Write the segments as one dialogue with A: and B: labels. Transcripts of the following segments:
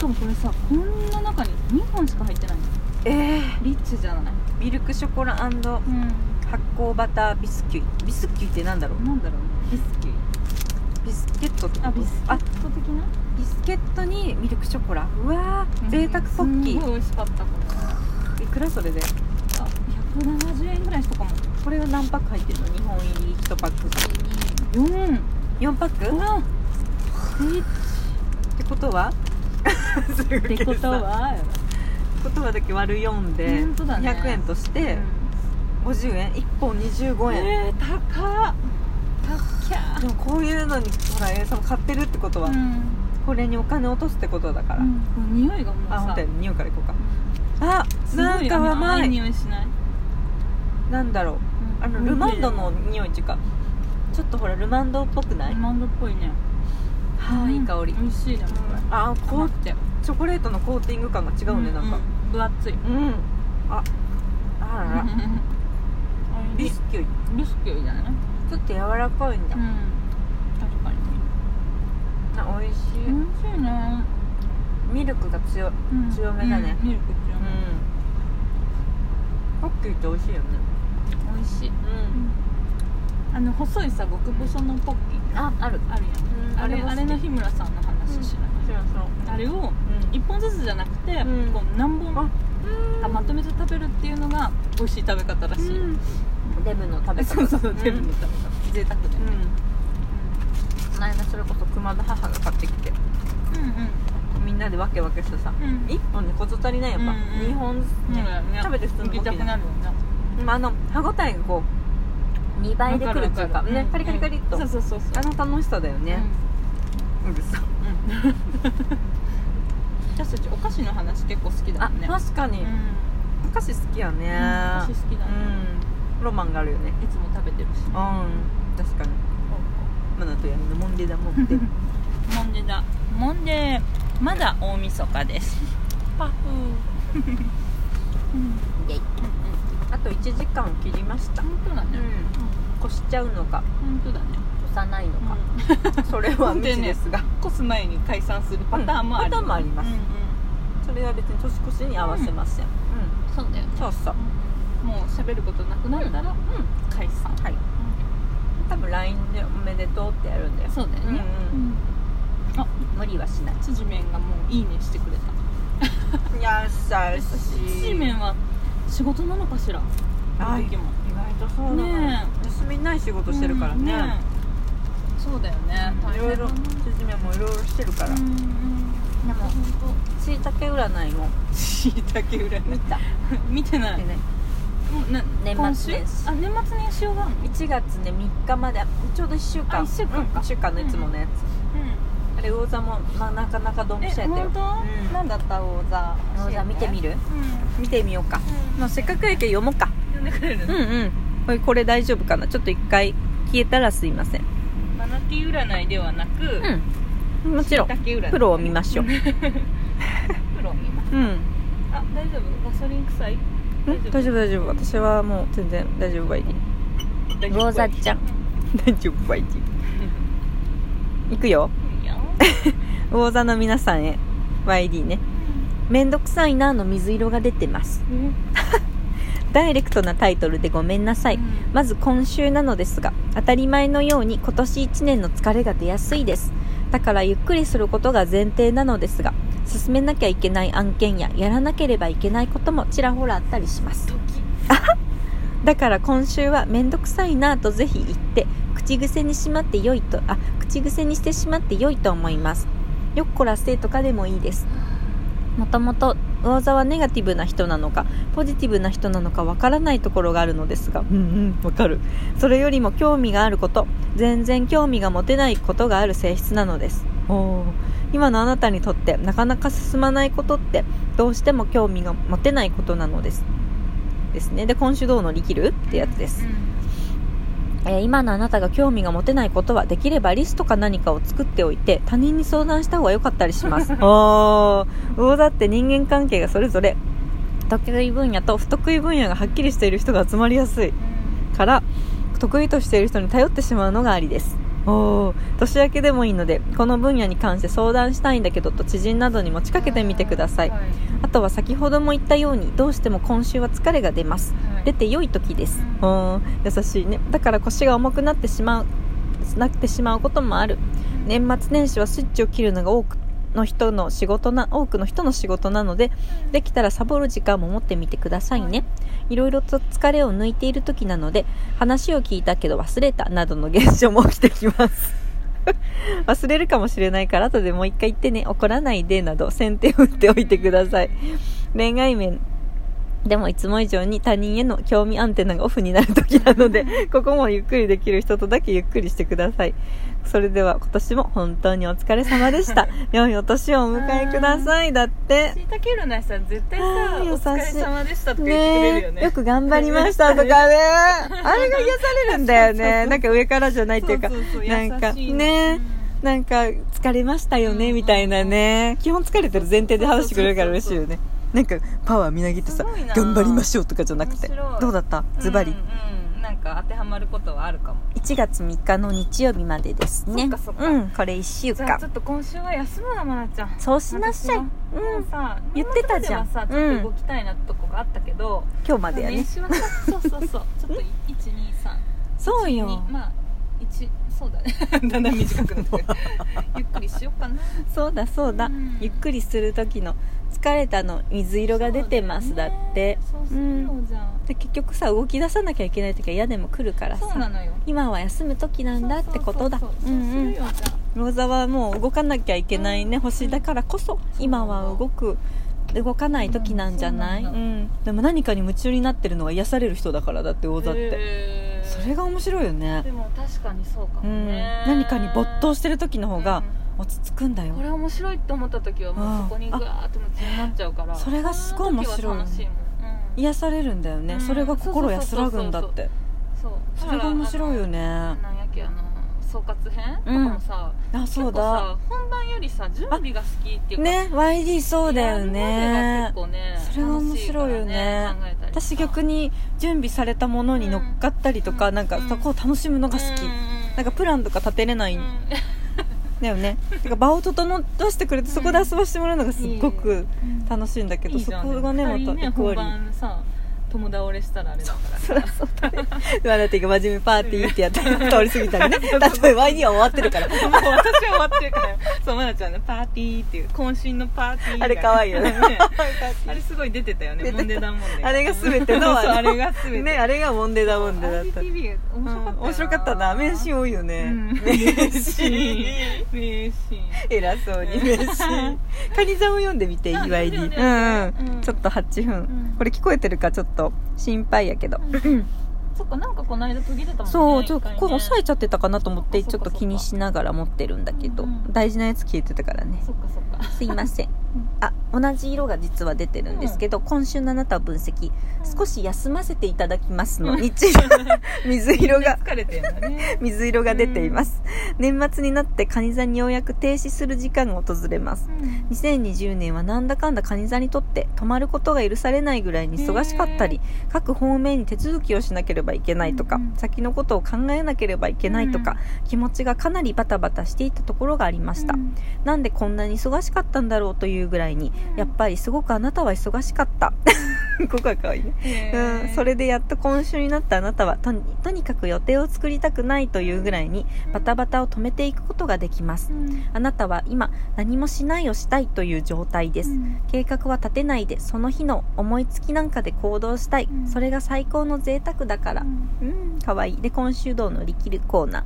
A: かもこれさこんな中に2本しか入ってない
B: ええ
A: リッチじゃない
B: ミルクショコラ発
A: うん
B: 酵バタービスキュイビスキュイってなんだろう
A: なんだろうねビスキュイ
B: ビスケットってこと
A: あビスケ
B: あ
A: ット的な
B: ビスケットにミルクショコラうわー贅沢ポッキ
A: す
B: ー
A: ごい美味しかったこれ
B: いくらそれで
A: あ170円ぐらいしたかも
B: これが何パック入ってるの2本入り1パック
A: 4
B: 4パック
A: う
B: っ
A: わ
B: てことは すごい
A: ってことは
B: 言葉だけ割る4で
A: 本当だね
B: 200円として50円1本25円、
A: えー、高っ高っ
B: でもこういうのにほら A さんも買ってるってことは、
A: うん
B: これにお金落とすってことだから、
A: うんこの匂いがもう
B: あ本
A: さ
B: 当や匂いからいこうかあ
A: すごい
B: なんか甘
A: 甘い
B: い
A: 匂いしない
B: なんだろうあのルマンドの匂いっていうかちょっとほらルマンドっぽくない、
A: ルマンドっぽいね
B: はあいい香り、
A: 美味しいねこれ
B: あこ
A: 甘
B: う
A: くて
B: チョコレートのコーティング感が違うね、なんか
A: う分厚い
B: うん、ああらら、ビスキュイ
A: ビスキュイじゃない
B: ちょっと柔らかいんだ、
A: ん確かに
B: あ美味しい、
A: 美味しいね
B: ミルクが強い
A: うん
B: 強めだね
A: うんミルク強め
B: うんポッキーって美味しいよね
A: 美味しい
B: うん
A: あの細いさ極細のポッキー
B: あある
A: あるやんあれあれの
B: 日
A: 日村さんの話しない
B: そうそう
A: あれを1本ずつじゃなくて
B: うん
A: こう何本
B: うん
A: かまとめて食べるっていうのが美味しい食べ方らしい
B: デブの食べ方
A: そうそうそうデブの
B: 食べ
A: 方贅沢で
B: 方うん前のそれこそ熊の母が買ってきて
A: うん
B: みんなで分け分けしてさ
A: うんうん
B: 1本でこそ足りないやっぱ
A: うんうん
B: 2本ずつ
A: ね
B: ね食べて普通のポ
A: 行
B: ッ
A: き
B: キ
A: たく
B: ー
A: なるよね
B: まああの歯応えがこう2倍でくるっていうかねカリカリカリっと
A: そうそうそうそう
B: あの楽しさだよねうるさ
A: うん私たちお菓子の話結構好きだ
B: あ
A: もんね
B: 確かに
A: うん
B: お菓子好きやね
A: お菓子好きだね
B: うんロマンがあるよね
A: いつも食べてるし
B: うん確かにマナとヤミのもんでだもん で
A: モンデだモンデまだ大晦日ですパフうん
B: イエイあと1時間切りました
A: 本当だね
B: 越しちゃうのか
A: 本当だね
B: 越さないのか、
A: うん
B: それは未知ですが、
A: 越す前に解散するパターンもあ
B: うん
A: る
B: パターンもあります
A: うんうん
B: それは別に年越しに合わせません、うん
A: そうだよね
B: そうそう
A: もう喋ることなくなるなら
B: うん
A: 解散
B: はい多分 LINE で「おめでとう」ってやるんだよ
A: そうだよね
B: うんうん無理はしない
A: ちじめんがもういいねしてくれた
B: 優
A: ち
B: し
A: じ
B: い
A: めんは仕事なのかしら
B: はい
A: 時も
B: 意外とそうだ
A: ね
B: ね休みない仕事してるからね,、
A: えそうだよね
B: いろいろ
A: 大変だな
B: ちじめもいろいろしてるから、
A: うんうん
B: でもしいたけ占いも
A: しいたけ占
B: 見
A: い
B: た、
A: 見てない
B: でね
A: もうな
B: 年末
A: 今週
B: 年始
A: あ年末年始用があるの
B: 1月ね3日までちょうど1週間
A: あ一週間か
B: うん一週間のいつものやつ、あれ魚座も、まあ、なかなかドンピシャ
A: え
B: やった
A: 本
B: よ
A: 当、
B: うん
A: なんだった王座
B: 魚座見てみ
A: る
B: る
A: うん
B: 見てみようか、まあ、せっかくやけど読もうか
A: 読んでくれる
B: うんうんこれこれ大丈夫かなちょっと一回消えたらすいません
A: マナティー占いではなく、
B: うんもちろん
A: だけ占い
B: プロを見ましょう
A: プロを見ます
B: うん
A: あ大丈夫ガソリン臭い
B: うん大丈夫大丈夫私はもう全然大丈夫バイディ
A: 大丈夫
B: 魚座ちゃん大丈夫バイディいくよ
A: うんいいよ
B: 魚座の皆さんへ YD ねめんどくさいなの水色が出てます
A: うん
B: ダイレクトなタイトルでごめんなさい、
A: うん
B: まず今週なのですが当たり前のように今年1年の疲れが出やすいですだからゆっくりすることが前提なのですが進めなきゃいけない案件ややらなければいけないこともちらほらあったりしますだから今週はめんどくさいなぁとぜひ言って口癖にしまって良いとあ口癖にしてしまって良いと思いますよっこらせとかでもいいですもともと魚座はネガティブな人なのかポジティブな人なのかわからないところがあるのですがうんうんわかるそれよりも興味があること全然興味が持てないことがある性質なのですおー今のあなたにとってなかなか進まないことってどうしても興味が持てないことなのですですねで今週どう乗り切るってやつです、えー今のあなたが興味が持てないことはできればリストか何かを作っておいて他人に相談した方が良かったりしますおー魚座って人間関係がそれぞれ得意分野と不得意分野がはっきりしている人が集まりやすい
A: うん
B: から得意としている人に頼ってしまうのがありですおー年明けでもいいのでこの分野に関して相談したいんだけどと知人などに持ちかけてみてください
A: はい
B: あとは先ほども言ったようにどうしても今週は疲れが出ます
A: はい
B: 出て良い時ですう
A: うん
B: 優しいねだから腰が重くなってしまうなってしまうこともある年末年始はスイッチを切るのが多くの人の仕事な多くの人の仕事なのでできたらサボる時間も持ってみてくださいね、い、ろいろと疲れを抜いている時なので話を聞いたけど忘れたなどの現象も起きてきます 忘れるかもしれないから後でもう一回言ってね怒らないでなど先手を打っておいてください恋愛面でもいつも以上に他人への興味アンテナがオフになる時なのでここもゆっくりできる人とだけゆっくりしてくださいそれでは今年も本当にお疲れ様でした良いお年をお迎えくださいだって
A: しいたけるなしさん絶対さ
B: あー
A: 「お疲れ
B: 優しい
A: 様でした」とか言ってくれる
B: ね
A: よね
B: よく頑張り ましたとかねあれが癒されるんだよ
A: そうそう
B: ね
A: そう
B: なんか上からじゃないっていうか
A: そうそうそう
B: なんか
A: 優しい
B: ね
A: うん
B: なんか疲れましたよ
A: うんうん
B: ね
A: うん
B: みたいなね基本疲れてる前提で話してくれるから嬉しいよねなんかパワーみなぎってさ
A: すごいな
B: 頑張りましょうとかじゃなくて
A: 面白い
B: どうだったズバリ
A: うんうんなんか当てはまることはあるかも
B: 1月3日の日曜日までですね
A: そっかそっか
B: うんこれ1週
A: じゃあち
B: 間
A: ょっと今週は休むなまなちゃん
B: そうしなさい
A: 私はも
B: う
A: うんさ
B: 言ってたじゃん
A: 今まではさちょっと動きたいなってとこがあったけど、
B: 今日までやね
A: 年始はさそうそうそうちょっと123
B: そうよ
A: まあ一そうだねだんだん短くなってくるゆっくりしようかな
B: そうだそうだ、
A: うん
B: ゆっくりする時の疲れたの水色が出てますだ,、って
A: そうするよじゃん
B: で結局さ動き出さなきゃいけない時は嫌でも来るから
A: そうな
B: さ
A: のよ
B: 今は休む時なんだってことだ
A: そうそうそう
B: う
A: そう
B: ん
A: す
B: う
A: る
B: ん
A: よじゃん
B: 魚座はもう動かなきゃいけないね、
A: うん
B: 星だからこそ
A: うん
B: 今は動く動かない時なんじゃない、
A: う
B: うんん
A: そう
B: でも何かに夢中になってるのが癒される人だからだって魚座って、
A: へー
B: それが面白いよね
A: でも確かにそうか
B: う
A: も
B: ん
A: ね、
B: 何かに没頭してる時の
A: た
B: 方が落ち着くんだよ、
A: これ面白いって思った時はもうそこにグワーって夢中になっちゃうから
B: あそれがすごい面白い
A: その時は楽しいもん、うん、
B: 癒されるんだよね、
A: うん
B: それが心安らぐんだって
A: そう
B: それが面白いよね
A: ね
B: あ
A: なんやっけあの総括編とか
B: うん
A: もさ、
B: そう
A: 結構
B: だ
A: さ本番よりさ準備が好きっていうか
B: ね YD そうだよね
A: やるまでが結構ね
B: それが面白いよね
A: 楽しいからね考えたりとか
B: 私逆に準備されたものに乗っかったりとか、
A: うん
B: なんか
A: うん
B: そこを楽しむのが好き、
A: うん
B: なんかプランとか立てれない
A: うんん
B: だよ ね、てか場を整わせてくれてそこで遊ばせてもらうのがすっごく楽しいんだけど
A: いい
B: そ
A: じゃん
B: こがねま
A: でも
B: た
A: 二人
B: イ
A: ね
B: コ
A: 本
B: ー
A: 番さ友倒れしたらあれだから
B: そりゃそうだ ねまあだって真面目パーティーってやって通り過ぎたりね だって YD は終わってるから
A: もう 私は終わってるからそうまなちゃんのパーティーっていう渾身のパーティーが
B: あれ可愛いよね
A: あれすごい出てたよね
B: 出てた
A: モンデダモンデ
B: あれが全ての
A: そうあれが全 て
B: ねあれがモンデダモンデだった
A: IGTV 面白かったな、
B: うん面白かったな名シーン多いよ
A: う
B: ね、
A: ん
B: 名シ
A: 名シ
B: ーン
A: ーン名シーン
B: 偉そうに名シーンカニ座を読んでみて
A: あ
B: 岩井にうん
A: 読んで読んでうん
B: ちょっと8分、
A: ん
B: これ聞こえてるかちょっと心配やけど、
A: そっかなんかこの間途切れたもんね
B: そうちょっとここ
A: れ
B: 押さえちゃってたかなと思って
A: そ
B: ち
A: っ
B: ょっ
A: かそっか
B: と
A: そっか
B: 気にしながら持ってるんだけど、
A: うんうん
B: 大事なやつ消えてたからね
A: そっかそっか
B: すいません
A: ん
B: あ同じ色が実は出てるんですけど、今週のあなたは分析少し休ませていただきますの、
A: うん
B: 日曜水色が
A: みんな疲れてんだね
B: 水色が出ています、年末になってカニ座にようやく停止する時間が訪れます
A: うん
B: 2020年はなんだかんだカニ座にとって泊まることが許されないぐらいに忙しかったり各方面に手続きをしなければいけないとか、
A: うんうん
B: 先のことを考えなければいけないとか、気持ちがかなりバタバタしていたところがありました、
A: うん
B: なんでこんなに忙しかったんだろうというぐらいにやっぱりすごくあなたは忙しかった ここが可愛いね
A: へー
B: うん、それでやっと今週になったあなたはとにとにかく予定を作りたくないというぐらいにバタバタを止めていくことができます
A: うん
B: あなたは今何もしないをしたいという状態です、
A: うん
B: 計画は立てないでその日の思いつきなんかで行動したい、
A: うん
B: それが最高の贅沢だから
A: うん
B: うんかわいいで今週どう乗り切るコーナー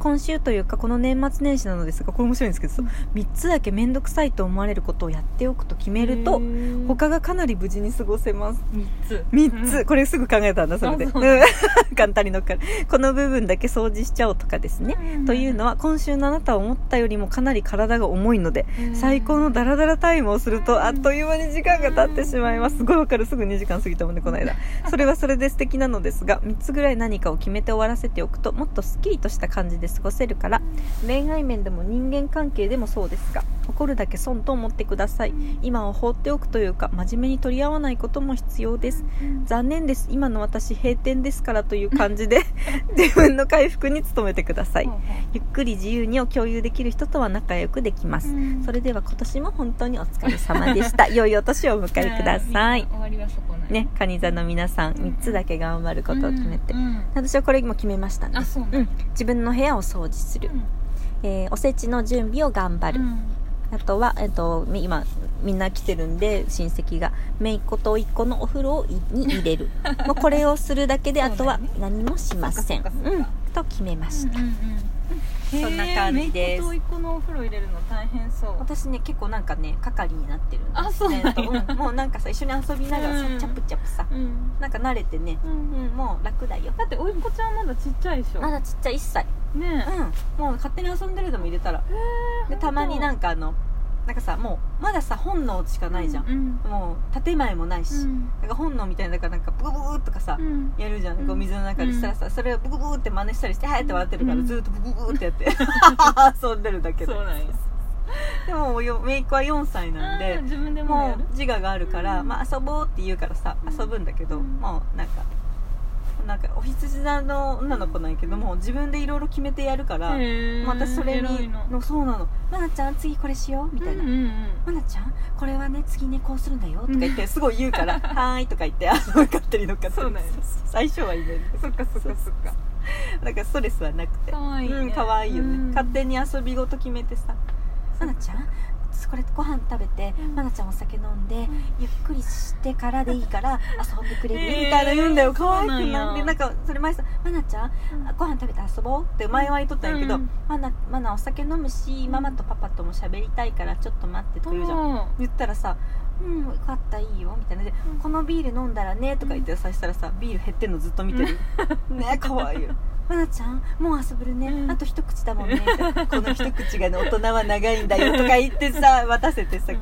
B: 今週というかこの年末年始なのですがこれ面白いんですけど、
A: うん
B: 3つだけ面倒くさいと思われることをやっておくと決めると
A: うん
B: 他がかなり無事に過ごせます
A: 三つ
B: 3つ、これすぐ考えたんだそれで
A: あそう
B: うん 簡単に乗っかるこの部分だけ掃除しちゃおうとかですね、というの
A: は
B: は今週のあなたは思ったよりもかなり体が重いので最高のダラダラタイムをするとあっという間に時間が経ってしまいますすごいわかるすぐ2時間過ぎたもんねこの間それはそれで素敵なのですが3つぐらい何かを決めて終わらせておくともっとすっきりとした感じで過ごせるから恋愛面でも人間関係でもそうですが残るだけ損と思ってください今を放っておくというか真面目に取り合わないことも必要です残念です今の私閉店ですからという感じで自分の回復に努めてください
A: ほうほ
B: ゆっくり自由にを共有できる人とは仲良くできま
A: う
B: す
A: うん
B: それでは今年も本当にお疲れ様でした 良いお年をお迎えください
A: 終わりはそこない
B: ねカニ座の皆さん3つだけ頑張ることを決めて
A: うんうん
B: 私はこれも決めましたね
A: あそうなん
B: う
A: だ
B: ん自分の部屋を掃除する、えーおせちの準備を頑張
A: う
B: る、
A: ん
B: あとは、えっとみ今みんな来てるんで親戚が姪っ子と甥っ子のお風呂をいに入れ るもうこれをするだけで
A: そ
B: あ
A: うだよね
B: とは何もしません、
A: そっかそ
B: う
A: っかそっ
B: ん
A: か
B: と決めました、
A: うんう
B: う
A: んうん
B: んそんな感じです
A: へー姪っ子と甥っ子のお風呂入れるの大変そう
B: 私ね結構なんかね係になってるんです
A: あそうなんや
B: えっとうんもうなんかさ一緒に遊びながらさ、
A: うん
B: チャプチャプさ
A: うん
B: なんか慣れてね、うん、もう楽だよ
A: だって甥っ子ちゃんまだちっちゃいでしょ
B: まだちっちゃい1歳
A: ね
B: うんもう勝手に遊んでるのも入れたら
A: え
B: でたまになんんかあのなんかさもうまださ本能しかないじゃん、
A: うん
B: もう建前もないし、
A: うん
B: なんか本能みたいなだからなんかブクブクとかさ、
A: うん
B: やるじゃん、
A: うん
B: こう水の中でしたらさそれをブクブクって真似したりして「はい」って笑ってるから、
A: うん
B: ずーっとブクブクってやって遊んでるだけで
A: そうなんや
B: でももうよ姪っ子は4歳なん
A: あー
B: で
A: 自分でもう
B: も
A: やる
B: う自我があるから、
A: うん
B: まあ、遊ぼうって言うからさ
A: うん
B: 遊ぶんだけど、
A: うん
B: もうなんか。なんかお羊座の女の子なんやけども自分でいろいろ決めてやるから、
A: へー
B: またそれ
A: 偉い
B: に
A: な
B: のそうなの「まなちゃん次これしよう」みたいな
A: うんうんうん
B: まなちゃんこれはね次ねこうするんだよとか言ってすごい言う から「はーい」とか言ってあの勝手に乗っかって
A: そう
B: る
A: なんや
B: 最初はいないんだけど
A: そっかそっかそっか
B: だからストレスはなくて
A: 可愛いね
B: うん、可愛いよね、
A: うん
B: 勝手に遊びごと決めてさ「まなちゃんこれご飯食べて、
A: うん
B: まなちゃんお酒飲んで、
A: ん
B: ゆっくりしてからでいいから遊んでくれる?」
A: えー
B: みたいな言うんだよ可愛く
A: そうな
B: なんって
A: や
B: なんかそれ前さ「まなちゃんご飯食べて遊ぼう」って前は言っとったんやけど、
A: うん
B: まなまなお酒飲むしママとパパとも喋りたいからちょっと待って」とか言うじゃん言ったらさ「うん分かったいいよ」みたいなで
A: うん
B: 「このビール飲んだらね」とか言ってさしたらさビール減ってんのずっと見てるねえかわいいよ「まなちゃんもう遊べるね、
A: うん
B: あと 一口だもんね」この一口がね大人は長いんだよ」とか言ってさ渡せてさ
A: うん